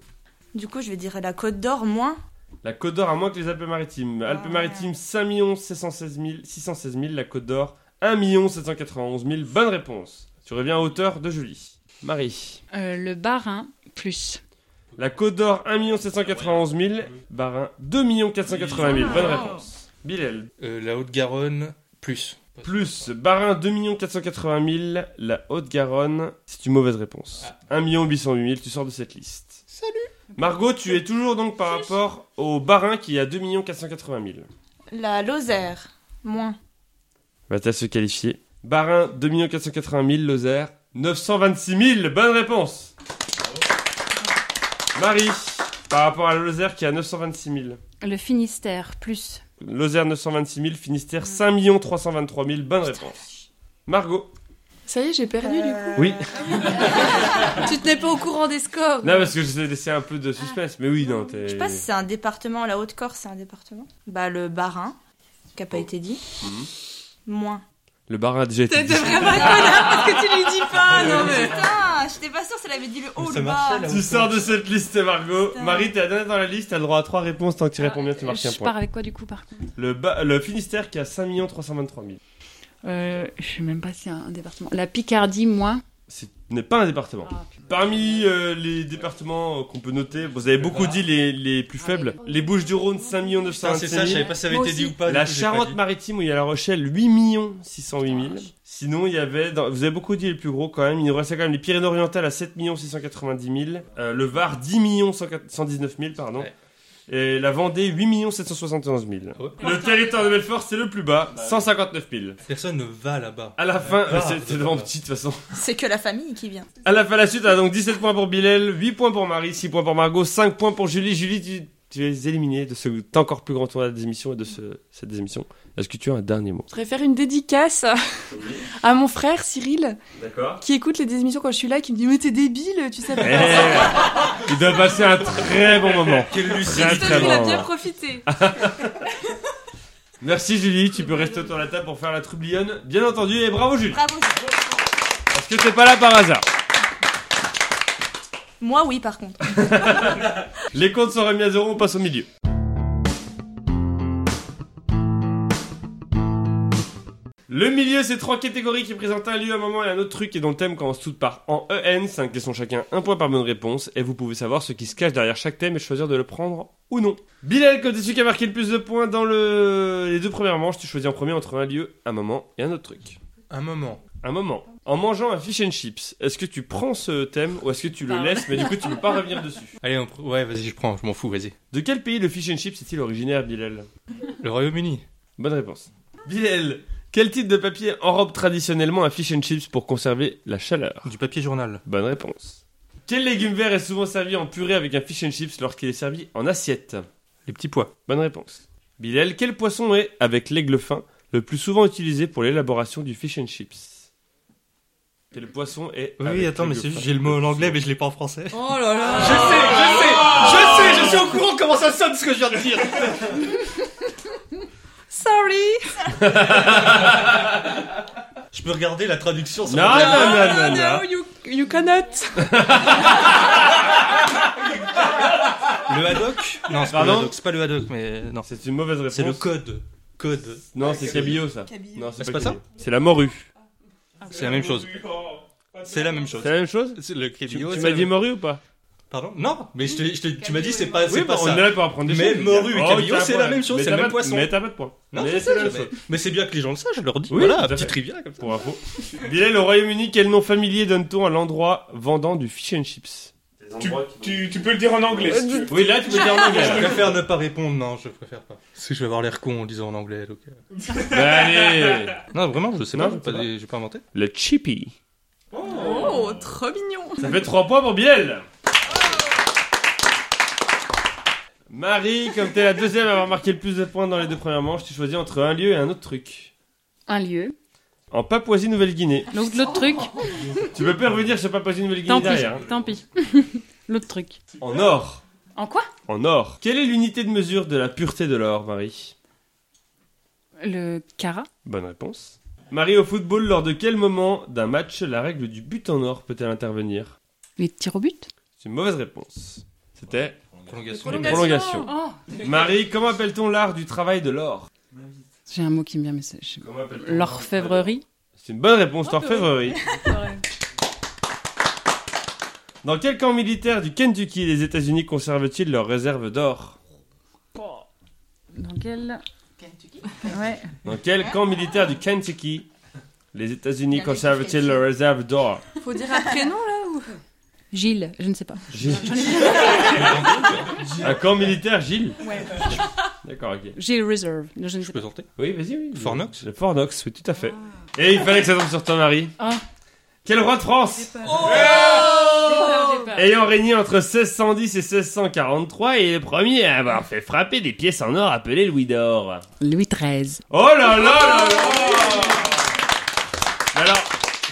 D: Du coup, je vais dire la Côte d'Or, moins.
A: La Côte d'Or à moins que les Alpes-Maritimes. Alpes-Maritimes, 5 716 000, 616 000. La Côte d'Or, 1 791 000. Bonne réponse. Tu reviens à hauteur de Julie. Marie.
E: Euh, le Barin, plus.
A: La Côte d'Or, 1 791 000. Barin, 2 480 000. Bonne réponse. Bilal.
C: Euh, la Haute-Garonne plus.
A: Plus Barin, 2 480 000. La Haute-Garonne, c'est une mauvaise réponse. 1 808 000. Tu sors de cette liste. Salut. Margot, tu es toujours donc par rapport au Barin qui a 2 480 000.
D: La Lozère, moins.
A: va-t-elle se qualifier Barin, 2 480 000. Lozère, 926 000. Bonne réponse Marie, par rapport à la Lozère qui a 926 000.
E: Le Finistère, plus.
A: Lozère, 926 000. Finistère, 5 323 000. Bonne réponse. Margot.
G: Ça y est, j'ai perdu du coup.
A: Euh, Oui.
E: Ah,
G: Tu tenais pas au courant des scores.
A: Non, parce que je t'ai laissé un peu de suspense. Mais oui, non, t'es...
D: Je sais pas si c'est un département, la Haute-Corse, c'est un département. Bah, le Barin, qui a
A: Oh.
D: pas été dit.
A: Mmh.
D: Moins.
A: Le Barin a déjà été dit.
D: vraiment connard parce que tu lui dis
A: Ah,
D: pas, non mais. Putain, j'étais pas sûre si elle avait dit le haut ou le bas.
A: Tu sors de cette liste, Margot.
D: Putain.
A: Marie, t'es la dernière dans la liste. T'as le droit à 3 réponses. Tant que tu réponds bien, tu marques un
E: Ah, Je
A: point.
E: pars avec quoi du coup par contre
A: Le, Ba- le Finistère qui a 5 323 000.
E: euh, Je sais même pas si c'est un département. La Picardie, moins.
A: Ce n'est pas un département. Parmi euh, les départements euh, qu'on peut noter, vous avez beaucoup dit les, les plus faibles. Les Bouches-du-Rhône, 5 millions
C: Putain, c'est ça, je savais pas si ça avait
G: Moi
C: été dit
G: aussi.
C: ou pas.
A: La
C: du coup, j'ai pas dit. Ah,
A: Charente-Maritime où il y a La Rochelle, 8 millions 608 000. Sinon, il y avait, dans- vous avez beaucoup dit les plus gros quand même. Il nous restait quand même les Pyrénées-Orientales à 7 690 000. Euh, le Var, 10 millions 119 000, pardon.
C: Ouais. Ah
A: Et la Vendée, 8 millions 771 000.
C: Ouais.
A: Le territoire de Belfort, c'est le plus bas, 159 000.
C: Personne ne va là-bas.
A: À la fin, euh,
C: Ah,
A: c'est- c'est vraiment petit de toute façon.
D: C'est que la famille qui vient.
A: À la fin, la suite, on a donc 17 points pour Bilal, 8 points pour Marie, 6 points pour Margot, 5 points pour Julie. Julie, tu, tu es éliminée de ce encore plus grand tournoi des émissions et de ce- cette démission. Est-ce que tu as un dernier mot
G: Je voudrais faire une dédicace à- à mon frère Cyril
A: D'accord. Eh,
G: qui écoute les émissions quand je suis là et qui me dit Mais t'es débile, tu savais pas.
A: il doit passer un très bon moment.
C: Quelle
A: Très,
C: lucidité.
A: très
G: Il
A: bon
G: a bien
A: moment.
G: profité.
A: Merci Julie, tu peux rester autour de la table pour faire la troublionne, bien entendu, et bravo Julie,
D: Bravo.
A: parce que t'es pas là par hasard.
D: Moi, oui, par contre.
A: Les comptes sont remis à zéro, on passe au milieu. Le milieu, c'est trois catégories qui présentent un lieu, un moment et un autre truc et dont le thème commence toutes par en E EN, 5 questions chacun, un point par bonne réponse, et vous pouvez savoir ce qui se cache derrière chaque thème et choisir de le prendre ou non. Bilal, comme t'es celui qui a marqué le plus de points dans le... les deux premières manches, tu choisis en premier entre un lieu, un moment et un autre truc.
C: Un moment.
A: Un moment. En mangeant un fish and chips, est-ce que tu prends ce thème ou est-ce que tu le
E: Pardon.
A: laisses mais du coup tu peux pas revenir dessus
C: Allez, on... pr- ouais, vas-y, je prends, je m'en fous, vas-y.
A: De quel pays le fish and chips est-il originaire, Bilal
C: Le Royaume-Uni.
A: Bonne réponse. Bilal, quel type de papier enrobe traditionnellement un fish and chips pour conserver la chaleur
C: Du papier journal.
A: Bonne réponse. Quel légume vert est souvent servi en purée avec un fish and chips lorsqu'il est servi en assiette
C: Les petits pois.
A: Bonne réponse. Bilal, quel poisson est, avec l'aigle fin, le plus souvent utilisé pour l'élaboration du fish and chips. Quel poisson est.
H: Oui,
A: avec
H: oui, attends,
A: le
H: mais c'est
A: dauphin
H: juste j'ai le mot en anglais, mais je l'ai pas en français.
G: Oh là là
H: Je sais, je sais, je sais, je suis au courant de comment ça sonne ce que je viens de dire.
D: (laughs) Sorry
H: Je peux regarder la traduction sur
A: Non,
H: mon téléphone.
A: non, non, non, non.
G: No, Oh, you, you cannot Ah,
H: Le haddock Non, c'est pas le
A: Pardon
H: haddock, c'est pas le haddock, mais non.
A: C'est une mauvaise réponse.
H: C'est le code. Code.
A: Non, c'est cabillaud ça.
D: Cabillaud.
A: Non, c'est
H: C'est
A: pas
H: pas ça
A: cabillaud. C'est la morue.
H: C'est la même chose. C'est la même chose.
A: C'est la même chose
H: C'est Le
A: Tu,
H: cabillaud,
A: tu
H: c'est
A: m'as
H: la
A: dit
H: même-
A: morue ou pas
H: Pardon Non, mais je te- je te- tu m'as dit c'est pas, c'est
A: bah,
H: pas
A: on
H: ça.
A: est là pour apprendre des
H: Mais
A: choses. les
H: morue et
A: gars.
H: cabillaud,
A: t'as
H: c'est
A: un
H: la
A: point.
H: même chose,
A: Mais
H: c'est
A: t'as
H: le même
A: pas-
H: poisson.
A: Mais t'as pas de point.
H: Non,
A: Mais
H: je
A: c'est
H: sais,
A: la même
H: mais-
A: chose.
H: Mais c'est bien que les gens le sachent, je leur dis.
A: Oui, tout
H: voilà,
A: à
H: petit
A: fait.
H: trivia comme ça.
A: Pour info. (laughs) Bilal, au Royaume-Uni, quel nom familier donne-t-on à l'endroit vendant du fish and chips
F: Tu, tu, tu peux le dire en anglais. si tu veux.
A: Oui, là, tu peux dire en anglais.
H: (laughs) Je préfère ne pas répondre, non, je préfère pas. Parce que je vais avoir l'air con en disant en anglais. donc, euh.
A: Bah, allez
H: Non, vraiment, je sais
A: Non,
H: pas, j'ai pas,
A: je sais pas.
H: des- j'ai pas inventé.
A: Le chippy.
G: Oh, trop mignon
A: Ça fait 3 points pour Biel. Marie, comme t'es la deuxième à avoir marqué le plus de points dans les deux premières manches, tu choisis entre un lieu et un autre truc.
E: Un lieu.
A: En Papouasie-Nouvelle-Guinée.
E: Donc l'autre truc,
A: Tu peux pas revenir sur Papouasie-Nouvelle-Guinée
E: tant pis,
A: derrière. hein.
E: tant (laughs) pis. l'autre truc.
A: En or.
E: En quoi
A: En or. Quelle est l'unité de mesure de la pureté de l'or, Marie
E: Le cara.
A: Bonne réponse. Marie, au football, lors de quel moment d'un match la règle du but en or peut-elle intervenir
E: Les tirs au but.
A: C'est une mauvaise réponse. C'était
H: Prolongation.
A: une prolongation.
E: Oh.
A: Marie, comment appelle-t-on l'art du travail de l'or
E: J'ai un mot qui me vient, mais c'est- je- l'orfèvrerie.
A: C'est une bonne réponse,
G: Oh,
A: l'orfèvrerie. Dans quel camp militaire du Kentucky les États-Unis conservent-ils leurs réserves d'or
E: Dans quel Ouais.
A: Dans quel camp militaire du Kentucky les États-Unis
D: Kentucky,
A: conservent-ils
D: Kentucky.
A: leurs réserves d'or
G: Faut dire un prénom là ou
E: Gilles, je ne sais pas.
A: Gilles. (laughs) Un camp militaire, Gilles
D: Ouais.
A: D'accord, ok.
E: Gilles Reserve. Je ne
H: Je
E: sais
H: peux
E: pas.
H: tenter
A: Oui, vas-y, oui.
H: Fornox
A: Le Fornox, oui, tout à fait. Et il fallait que ça tombe sur ton mari.
E: Ah.
A: Quel roi de France Ayant régné entre 1610 et 1643, il est le premier à avoir fait frapper des pièces en or appelées louis d'or.
E: Louis XIII.
A: Oh là là là là Mais Alors,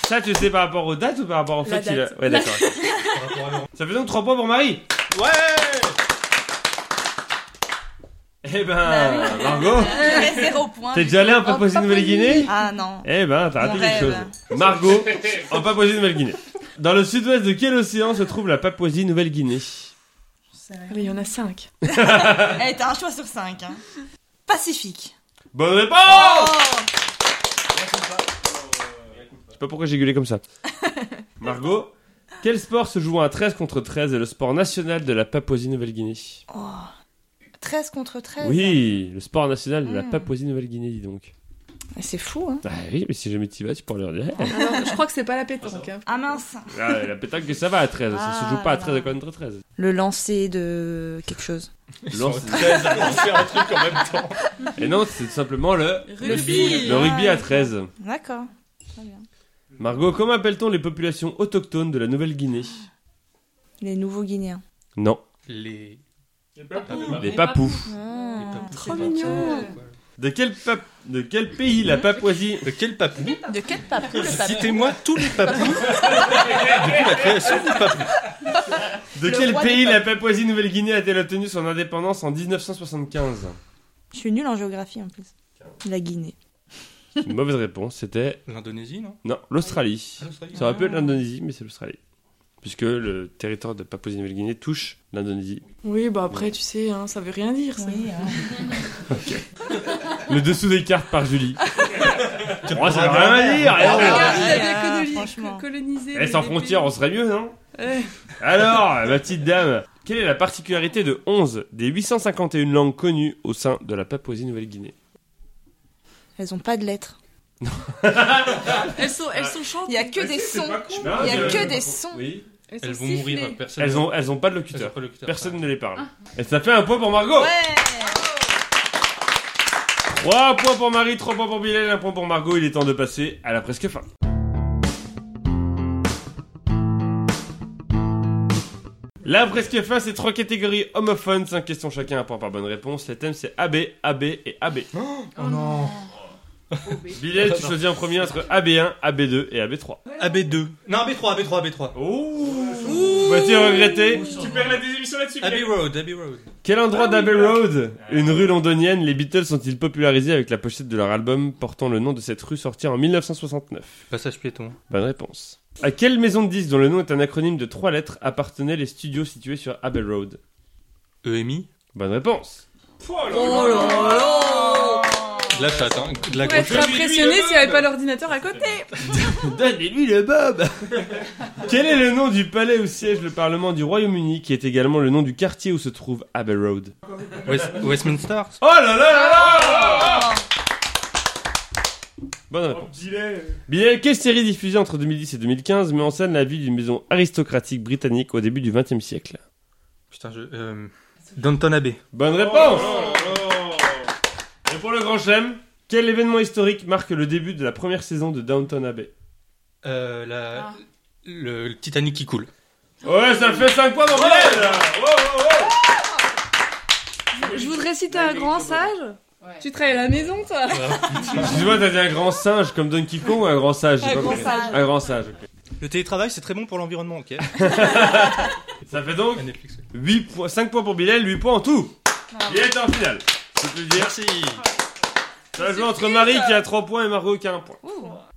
A: ça tu sais par rapport aux dates ou par rapport au
G: La
A: fait qu'il a...
G: date.
A: Ouais
G: (laughs)
A: d'accord. ça fait donc 3 points pour Marie Ouais Eh ben,
G: Bah
A: Margot,
D: J'avais zéro point.
A: t'es déjà allé en Papouasie-Nouvelle-Guinée
D: Ah non.
A: Eh ben, t'as raté
D: Mon
A: quelque chose.
D: rêve.
G: bah. (laughs)
A: Margot, en Papouasie-Nouvelle-Guinée. Dans le sud-ouest de quel océan se trouve la Papouasie-Nouvelle-Guinée
G: Mais il y en a cinq.
D: Eh, t'as un choix sur 5. Pacifique.
A: Bonne réponse
D: Oh
A: Je sais pas pourquoi j'ai gueulé comme ça. (laughs) Margot, quel sport se joue à 13 contre 13 est le sport national de la Papouasie-Nouvelle-Guinée
D: 13 contre 13.
A: Oui, le sport national de la
D: Mm.
A: Papouasie-Nouvelle-Guinée, dis donc.
D: Eh, C'est fou, hein.
A: Ah oui, mais si jamais t'y vas, tu pourras leur dire. eh.
G: Alors, je crois que c'est pas la pétanque. hein.
D: Ah mince.
A: Ah, la pétanque, que ça va à 13, ça se joue pas à
D: Ah,
A: 13
D: là, là.
A: contre 13.
D: Le lancer de quelque chose.
A: Lance-
H: (laughs) un truc en même temps.
A: Et non, c'est tout simplement le...
G: Rugby.
A: Le rugby à 13.
D: D'accord.
A: Margot, comment appelle-t-on les populations autochtones de la Nouvelle-Guinée
D: Les nouveaux Guinéens.
A: Non,
H: Les.
A: les papous.
G: Ah,
D: Ah,
G: Trop mignon
A: De quel, pap- de quel pays la Papouasie...
H: De quel papou
D: De quel
G: (laughs)
D: papou le papou
H: Citez-moi tous les papous
D: (laughs)
H: depuis la création du papou.
A: De
D: Le
A: quel
D: roi
A: pays
D: des
A: la Papouasie-Nouvelle-Guinée a-t-elle obtenu son indépendance en 1975
D: Je suis nulle en géographie en plus. La Guinée.
A: Une mauvaise réponse, c'était...
H: L'Indonésie, non
A: Non, l'Australie. Ça aurait pu être l'Indonésie, mais c'est l'Australie. Puisque le territoire de Papouasie-Nouvelle-Guinée touche l'Indonésie.
G: Oui, bah après, tu sais, hein, ça veut rien dire. Ça.
D: hein.
A: Le dessous des cartes par Julie.
H: (laughs)
A: Oh, ça veut
H: bravo.
A: rien dire
H: Bravo.
A: eh.
D: Ah,
G: il a
D: ah,
G: bien colonisé-
D: franchement.
G: colonisé
A: Eh,
G: les-
A: sans
G: les
A: frontières, on
G: pays.
A: serait mieux, non
G: Eh.
A: (laughs) Alors, ma petite dame, quelle est la particularité de 11 des 851 langues connues au sein de la Papouasie-Nouvelle-Guinée
D: Elles ont pas de lettres.
G: Elles sont, elles sont chantes.
D: Il y a que des sons.
A: Il
D: Il y a que des sons.
A: Oui.
G: Elles,
H: Elles
G: sont
H: vont mourir,
G: sifflées.
H: personne.
A: Elles ont, elles ont pas de
H: Elles ont
A: locuteur.
H: pas le cutter.
A: Personne ne les parle. Et ça fait un point pour Margot
D: Ah. Ouais.
A: 3 points pour Marie, 3 points pour Bilal, 1 point pour Margot. Il est temps de passer à la presque fin. La presque fin, c'est 3 catégories homophones, 5 questions chacun, un point par bonne réponse. Les thèmes, c'est AB, AB et AB.
H: Oh non
A: Bilal, tu choisis en premier entre AB1, AB2 et AB3.
C: AB2.
H: Non, AB3, AB3, AB3.
A: Ouh Va-t-il regretter
F: Tu perds la désémission là-dessus.
C: Abbey
F: Pierre.
C: Road, Abbey Road.
A: Quel endroit
F: Ah oui,
A: d'Abbey
F: voilà.
A: Road Une rue londonienne, les Beatles sont-ils popularisés avec la pochette de leur album portant le nom de cette rue sortie en 1969
C: Passage piéton.
A: Bonne réponse. À quelle maison de disques dont le nom est un acronyme de trois lettres appartenaient les studios situés sur Abbey Road
C: EMI.
A: Bonne réponse.
F: Oh là
G: Oh là là
C: Là,
H: hein.
C: t'attends. De la
G: Pour être
F: Donnez-lui
G: impressionné
F: le
G: s'il n'y avait
F: mode.
G: pas l'ordinateur à côté
A: Donnez-lui le Bob Quel est le nom du palais où siège le Parlement du Royaume-Uni qui est également le nom du quartier où se trouve Abbey Road
C: West- Westminster.
A: Oh là là là là Bonne réponse.
F: Oh, Bilal.
A: Bilal, quelle série diffusée entre 2010 et 2015 met en scène la vie d'une maison aristocratique britannique au début du XXe siècle
C: Putain, je. Euh... Downton Abbey.
A: Bonne réponse Et pour le grand chelem, quel événement historique marque le début de la première saison de Downton Abbey
C: Euh, la...
G: Ah.
C: le, le Titanic qui coule.
A: Ouais, ça fait 5 points, mon Bilal
G: Je voudrais citer un grand sage.
E: Ouais.
G: Tu travailles à la maison, toi
A: Excuse-moi, t'as dit un grand singe comme Donkey Kong ou un grand sage J'ai
G: Un
A: pas
G: grand
A: compris.
G: sage.
A: Un grand sage, ok.
H: Le télétravail, c'est très bon pour l'environnement,
C: (laughs)
H: ok
A: Ça fait donc
C: Netflix.
A: 8 points, 5 points pour Bilal, 8 points en tout Il est en finale Je peux le dire.
H: Merci.
A: Ça joue entre Marie qui a 3 points et Margot qui a 1 point.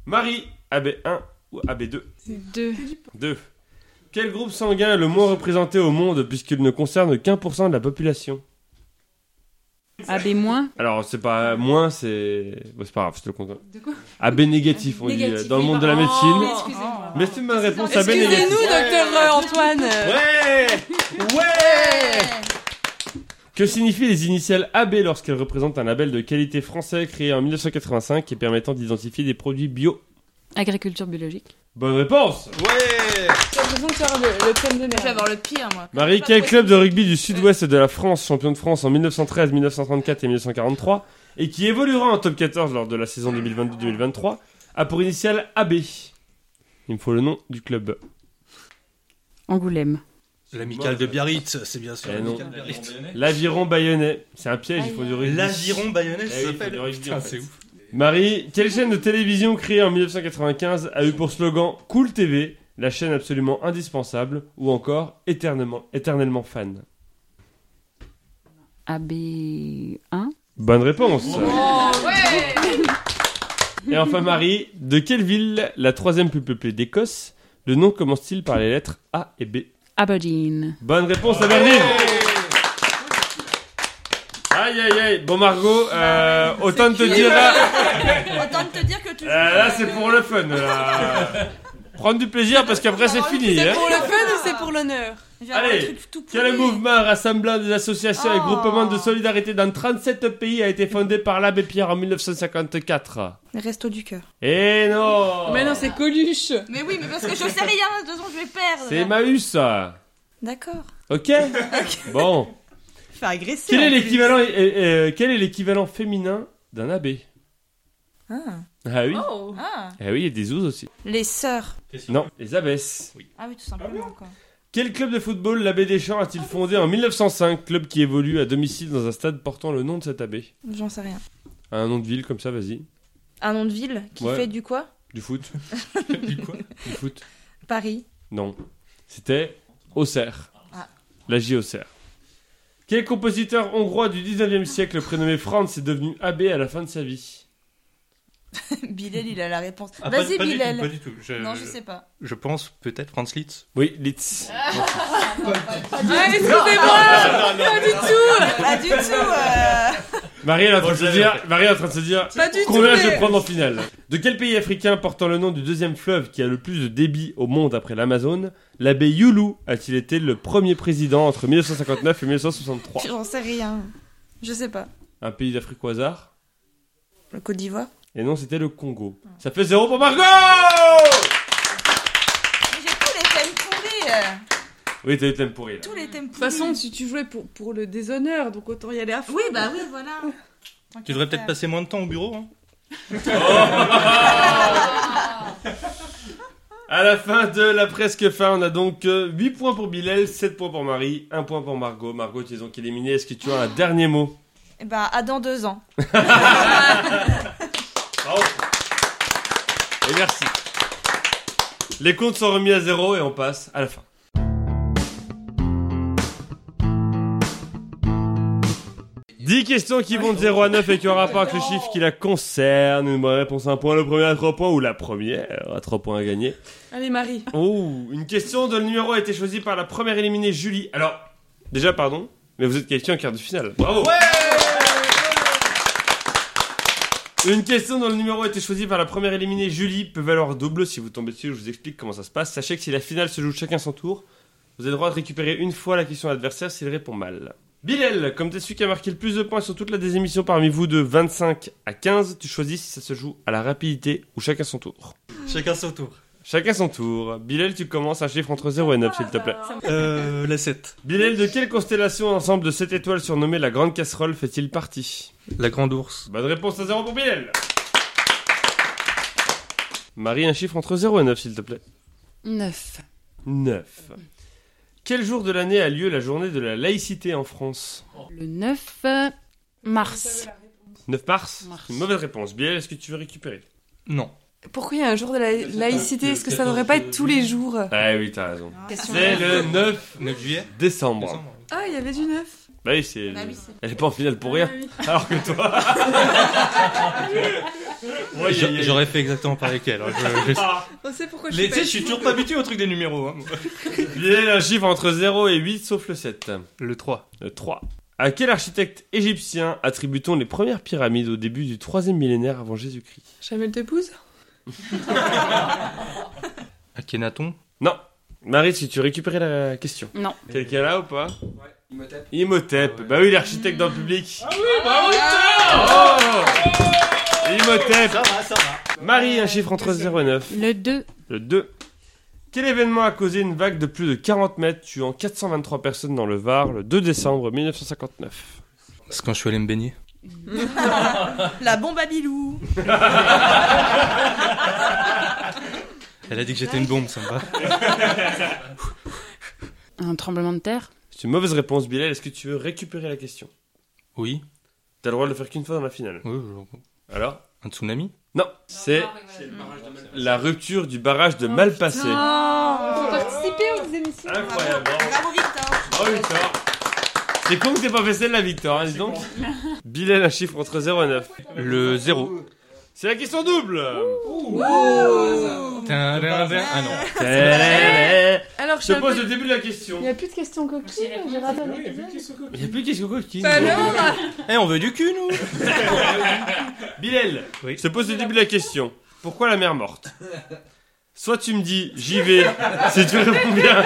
A: Marie, AB1 ou AB2
E: Deux.
A: 2. Quel groupe sanguin est le moins représenté au monde puisqu'il ne concerne qu'un pour cent de la population
E: AB moins.
A: Alors, c'est pas moins, c'est. bon, c'est pas grave, je te le compte.
E: De quoi
A: AB négatif, on dit, euh, dans le monde de la médecine.
D: Oh.
E: Excusez-moi.
A: Mais c'est une bonne réponse, AB négatif.
G: Excusez-nous, docteur euh, Antoine
A: Ouais Que signifient les initiales AB lorsqu'elles représentent un label de qualité français créé en 1985 et permettant d'identifier des produits bio
E: Agriculture biologique.
A: Bonne réponse
H: Ouais
G: J'ai l'impression de faire le, le thème de
D: Je vais
G: merde.
D: avoir le pire, moi.
A: Marie, quel club de rugby du sud-ouest de la France, champion de France en 1913, 1934 et 1943, et qui évoluera en top 14 lors de la saison 2022-2023, a pour initiale AB Il me faut le nom du club.
E: Angoulême.
H: L'amical de Biarritz, c'est bien sûr.
A: Eh non.
H: l'amicale de Biarritz.
A: L'Aviron bayonnais. C'est un piège, ils font du rugby.
H: L'aviron bayonnais,
A: Eh oui,
H: ça
A: ils font du
H: s'appelle.
A: rugby, en
C: Putain,
A: fait.
C: c'est ouf.
A: Marie, quelle chaîne de télévision créée en 1995 a eu pour slogan Cool TV, la chaîne absolument indispensable, ou encore éternellement, éternellement fan
E: AB1.
A: Bonne réponse
D: Oh, ouais
A: Et enfin Marie, de quelle ville, la troisième plus peuplée d'Écosse, le nom commence-t-il par les lettres A et B
E: Aberdeen.
A: Bonne réponse à Bernine Aïe aïe aïe Bon Margot, euh, autant te
D: C'est
A: dire là,
D: Autant te dire que tu.
A: euh, là c'est pour le fun là. Prendre du plaisir parce qu'après c'est fini
G: C'est
A: hein.
G: pour le fun ou c'est pour l'honneur
D: Je vais avoir
A: Allez,
D: un truc tout
A: Quel
D: pourri.
A: mouvement rassemblant des associations et
D: Oh.
A: groupements de solidarité dans 37 pays a été fondé par l'abbé Pierre en 1954
D: Resto du cœur.
A: Eh non
G: Mais non, c'est Coluche
D: Mais oui, mais parce que je sais rien, de toute façon je vais perdre.
A: C'est Emmaüs
D: D'accord.
A: Ok Bon
D: Faire agresser.
A: Quel
D: en
A: est
D: plus.
A: l'équivalent euh, euh, quel est l'équivalent féminin d'un abbé
D: Ah.
A: Ah oui.
G: Oh
D: Ah.
A: Ah oui, il y a des ouzes aussi.
D: Les sœurs.
A: Non, les abbesses.
D: Ah oui, tout simplement quoi.
A: Quel club de football l'abbé Deschamps a-t-il fondé en 1905, club qui évolue à domicile dans un stade portant le nom de cet abbé
D: J'en sais rien.
A: Un nom de ville comme ça, vas-y.
D: Un nom de ville qui
A: Ouais.
D: fait du quoi
A: Du foot,
C: Du quoi
A: du foot.
D: Paris. (laughs)
A: Non. C'était Auxerre.
D: Ah.
A: La J Auxerre. Quel compositeur hongrois du 19e siècle prénommé Franz est devenu abbé à la fin de sa vie
D: Bilal, il a la réponse.
C: Ah, pas-
D: Vas-y,
C: pas du tout, Pas
D: Bilal.
C: du tout. Je,
D: Non, je sais pas.
C: je pense peut-être Franz Liszt.
A: Oui, Litz.
G: Ah, excusez-moi Pas du tout
D: Pas du tout. euh.
A: Marie elle est en train
H: Bon,
A: de
H: je
A: se
H: l'avais,
A: dire, Marie est en train de se dire,
G: Pas du tout
A: Combien je vais
G: mais-
A: prendre en finale De quel pays africain portant le nom du deuxième fleuve qui a le plus de débit au monde après l'Amazone, l'abbé Yulu a-t-il été le premier président entre 1959 et 1963
D: J'en sais rien. Je sais pas.
A: Un pays d'Afrique au hasard
D: Le Côte d'Ivoire.
A: Et non, c'était le Congo. Ça fait zéro pour Margot
D: Mais J'ai tous les thèmes pourris. euh.
A: Oui, t'as eu le thème pourri là.
D: Tous les thèmes
G: De
D: pourris.
G: toute façon, tu, tu jouais pour, pour le déshonneur, donc autant y aller à fond.
D: Oui, bah oui, voilà. Tant
C: Tu
D: qu'à
C: devrais
D: faire.
C: peut-être passer moins de temps au bureau. Hein.
A: À la fin de la presque fin, on a donc euh, 8 points pour Bilal, 7 points pour Marie, 1 point pour Margot. Margot, tu es donc éliminée.
D: ben,
A: Est-ce que tu as un dernier mot
D: Eh ben, à dans deux ans.
A: Et merci. Les comptes sont remis à zéro et on passe à la fin. Dix questions qui vont de 0 à 9 et qui ont rapport avec le chiffre qui la concerne. Une bonne réponse à un point, le premier à 3 points ou la première à 3 points à gagner.
G: Allez, Marie.
A: Oh, une question dont le numéro a été choisi par la première éliminée, Julie. Alors, déjà, pardon, mais vous êtes qualifié en quart de finale. Bravo Une question dont le numéro a été choisi par la première éliminée, Julie, peut valoir double. Si vous tombez dessus, je vous explique comment ça se passe. Sachez que si la finale se joue chacun son tour, vous avez le droit de récupérer une fois la question à l'adversaire s'il répond mal. Bilal, comme t'es celui qui a marqué le plus de points sur toute la des émissions parmi vous de 25 à 15, tu choisis si ça se joue à la rapidité ou chacun son tour.
H: Chacun son tour.
A: Chacun son tour. Bilal, tu commences un chiffre entre 0 et 9, s'il te plaît.
H: Euh, la 7.
A: Bilal, de quelle constellation ensemble de 7 étoiles surnommée la Grande Casserole fait-il partie
C: La grande ours.
A: Bonne réponse à 0 pour Bilal Marie, un chiffre entre 0 et 9, s'il te plaît.
E: 9.
A: 9. Quel jour de l'année a lieu la journée de la laïcité en France
E: Le 9 euh, mars.
A: 9 mars
E: Mars.
A: C'est une mauvaise réponse. Bilal, est-ce que tu veux récupérer
C: Non.
G: Pourquoi il y a un jour de la laïcité Est-ce que ça devrait pas être tous les jours
A: Ah oui, t'as raison.
D: Question.
A: C'est le 9
C: 9 juillet
A: décembre.
C: décembre.
G: Ah, il y avait du neuf.
A: Bah oui, c'est...
D: Bah oui, c'est-
A: Elle est pas en finale pour rien. Alors que toi... (laughs) Ouais, y a- y a-
C: J'a- J'aurais fait exactement pareil qu'elle. hein. Je- je-
G: On sait pourquoi je
H: Les, tu sais, je suis toujours pas habitué au truc des numéros. Hein.
A: Bilal, un chiffre entre 0 et 8, sauf le 7.
C: Le 3.
A: Le 3. À quel architecte égyptien attribue-t-on les premières pyramides au début du 3 millénaire avant Jésus-Christ
G: Jamel Debbouze
C: Akhenaton.
A: Non. Marie, si tu récupérais la question.
E: Non.
A: Quelqu'un là ou pas Ouais. Imhotep. Imhotep. Bah oui, l'architecte dans le public. Ah oui, bah oui Imhotep.
H: Ça va, ça va.
A: Marie, un chiffre entre 0 et 9.
E: Le 2.
A: Le 2. Quel événement a causé une vague de plus de 40 mètres tuant 423 personnes dans le Var le 2 décembre 1959
C: C'est quand je suis allé me baigner.
D: La bombe à Bilou.
C: Elle a dit que j'étais une bombe, ça me va.
E: Un tremblement de terre.
A: C'est une mauvaise réponse, Bilal. Est-ce que tu veux récupérer la question
C: Oui.
A: T'as le droit de le faire qu'une fois dans la finale.
C: Oui, je-
A: Alors
C: Un tsunami
A: Non, c'est la rupture du barrage de Malpassé.
E: participer aux émissions.
A: Incroyable.
D: Oh. Bravo Victor.
A: Oh, Victor. C'est con que t'aies pas fait celle-là, Victor, hein, dis donc. (laughs) Bilal, un chiffre entre 0 et 9.
C: Le 0.
A: C'est la question double
C: Ah non.
A: Je
G: Alors,
A: te pose le début de la question.
G: Il n'y a plus de questions coquilles, j'ai raté.
A: Il n'y a plus de question coquine.
D: Bah
C: Bah
H: Eh, on veut du cul, nous
A: Bilal,
C: Oui.
A: je te pose le début de la question. Pourquoi la mer
C: (laughs)
A: morte Soit tu me dis j'y vais, (laughs) si tu réponds bien,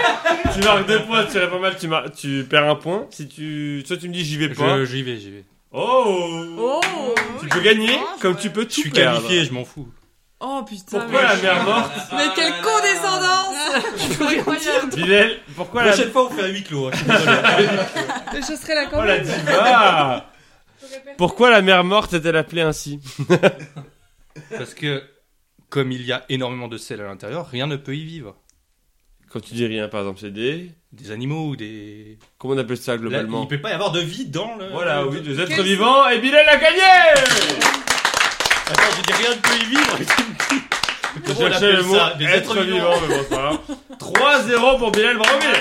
A: tu marques deux points, tu réponds mal, tu, mar- tu perds un point. Si tu... Soit tu me dis j'y vais pas.
C: Je- J'y vais, j'y vais.
A: Oh, Tu peux gagner comme tu peux tout
C: Je suis
A: perdre.
C: qualifié, je m'en fous.
G: Oh putain.
A: Pourquoi la mer
C: (laughs)
A: morte
G: Mais quelle condescendance Incroyable
A: Bilal, pourquoi
H: La
A: la
H: prochaine fois, on fait un huis clos. hein.
G: Je serai la
A: Oh la
G: campagne.
A: diva Pourquoi la mer morte est-elle appelée ainsi
C: Parce que, comme il y a énormément de sel à l'intérieur, rien ne peut y vivre.
A: Quand tu dis rien, par exemple, c'est des...
C: Des animaux ou des.
A: Comment on appelle ça
H: Là,
A: globalement
H: il peut pas y avoir de vie dans le.
A: Voilà, oui, des êtres
G: Quel-
A: vivants, et Bilal a gagné
H: Attends, j'ai dit rien ne peut y vivre.
A: Je
H: Comment on
A: cherchais
H: appelle
A: le mot
H: ça Des
A: être
H: êtres
A: vivant,
H: vivants. Ah,
A: mais bon, c'est (laughs) pas grave. 3-0 pour Bilal, bravo Bilal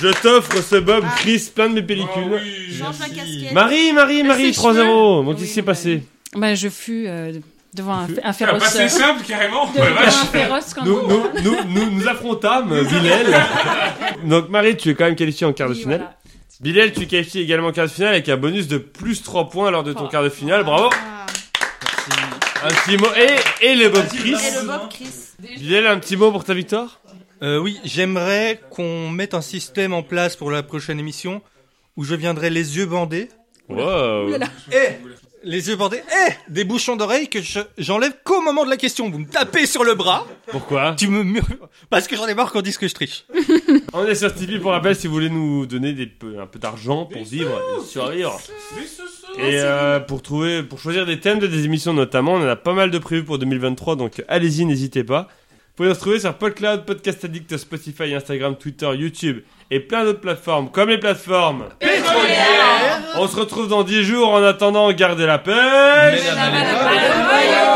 A: Je t'offre ce Bob
D: Ah.
A: Chris, plein de mes
H: Ah,
A: pellicules.
D: Change la casquette.
A: Marie, Marie, Marie,
G: ses
A: 3-0. Bon, qu'est-ce
E: Oui,
A: qui s'est passé
E: Bah, je fus euh, devant un, un
F: Ah, bah,
E: féroce.
F: c'est simple, carrément.
E: devant
F: Ouais, vache.
E: un féroce quand
A: nous, nous, nous, nous, nous affrontâmes euh, Bilal. (laughs) Donc Marie, tu es quand même qualifiée en quart de
E: Oui,
A: finale.
E: voilà.
A: Bilal, tu es qualifié également en quart de finale avec un bonus de plus 3 points lors de ton
E: Oh.
A: quart de finale. Bravo
D: Ah.
A: Un petit mot. Et, et le Bob Chris.
D: Et le Bob Chris.
A: Bilal, un petit mot pour ta victoire
C: Euh, oui, j'aimerais qu'on mette un système en place pour la prochaine émission où je viendrai les yeux bandés.
A: Wow
C: Eh Les yeux bandés Eh Des bouchons d'oreilles que je- j'enlève qu'au moment de la question. Vous me tapez sur le bras,
A: Pourquoi
C: tu me murmures. Parce que j'en ai marre qu'on dise que je triche.
A: On est sur Tipeee pour rappel si vous voulez nous donner des peu- un peu d'argent pour vivre, et survivre. Et euh, pour trouver, pour choisir des thèmes de des émissions notamment, on en a pas mal de prévus pour 2023, donc allez-y, n'hésitez pas. Vous pouvez nous retrouver sur PodCloud, Podcast Addict, Spotify, Instagram, Twitter, YouTube et plein d'autres plateformes, comme les plateformes. On se retrouve dans 10 jours, en attendant, gardez la paix
H: Mais la-
G: Incroyable.